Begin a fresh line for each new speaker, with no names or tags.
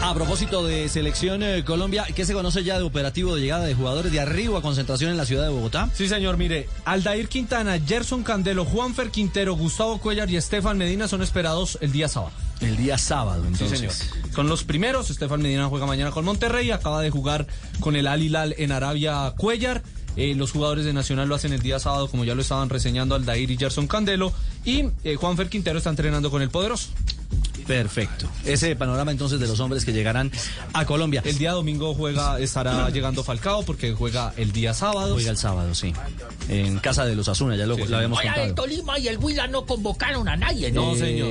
A propósito de selección eh, Colombia, ¿qué se conoce ya de operativo de llegada de jugadores de arriba a concentración en la ciudad de Bogotá?
Sí, señor, mire, Aldair Quintana, Gerson Candelo, Juanfer Quintero, Gustavo Cuellar y Estefan Medina son esperados el día sábado.
El día sábado,
Sí,
entonces.
señor. Son los primeros. Estefan Medina juega mañana con Monterrey. Acaba de jugar con el Al Hilal en Arabia Cuellar. Eh, los jugadores de Nacional lo hacen el día sábado, como ya lo estaban reseñando Aldair y Gerson Candelo. Y eh, Juanfer Quintero está entrenando con el Poderoso.
Perfecto. Ese panorama entonces de los hombres que llegarán a Colombia.
El día domingo juega, estará llegando Falcao porque juega el día sábado.
Juega el sábado, sí. En casa de los Asuna, ya lo,
Sí,
lo habíamos
Oiga,
contado.
el Tolima y el Huila no convocaron a nadie, ¿no?
No, señor.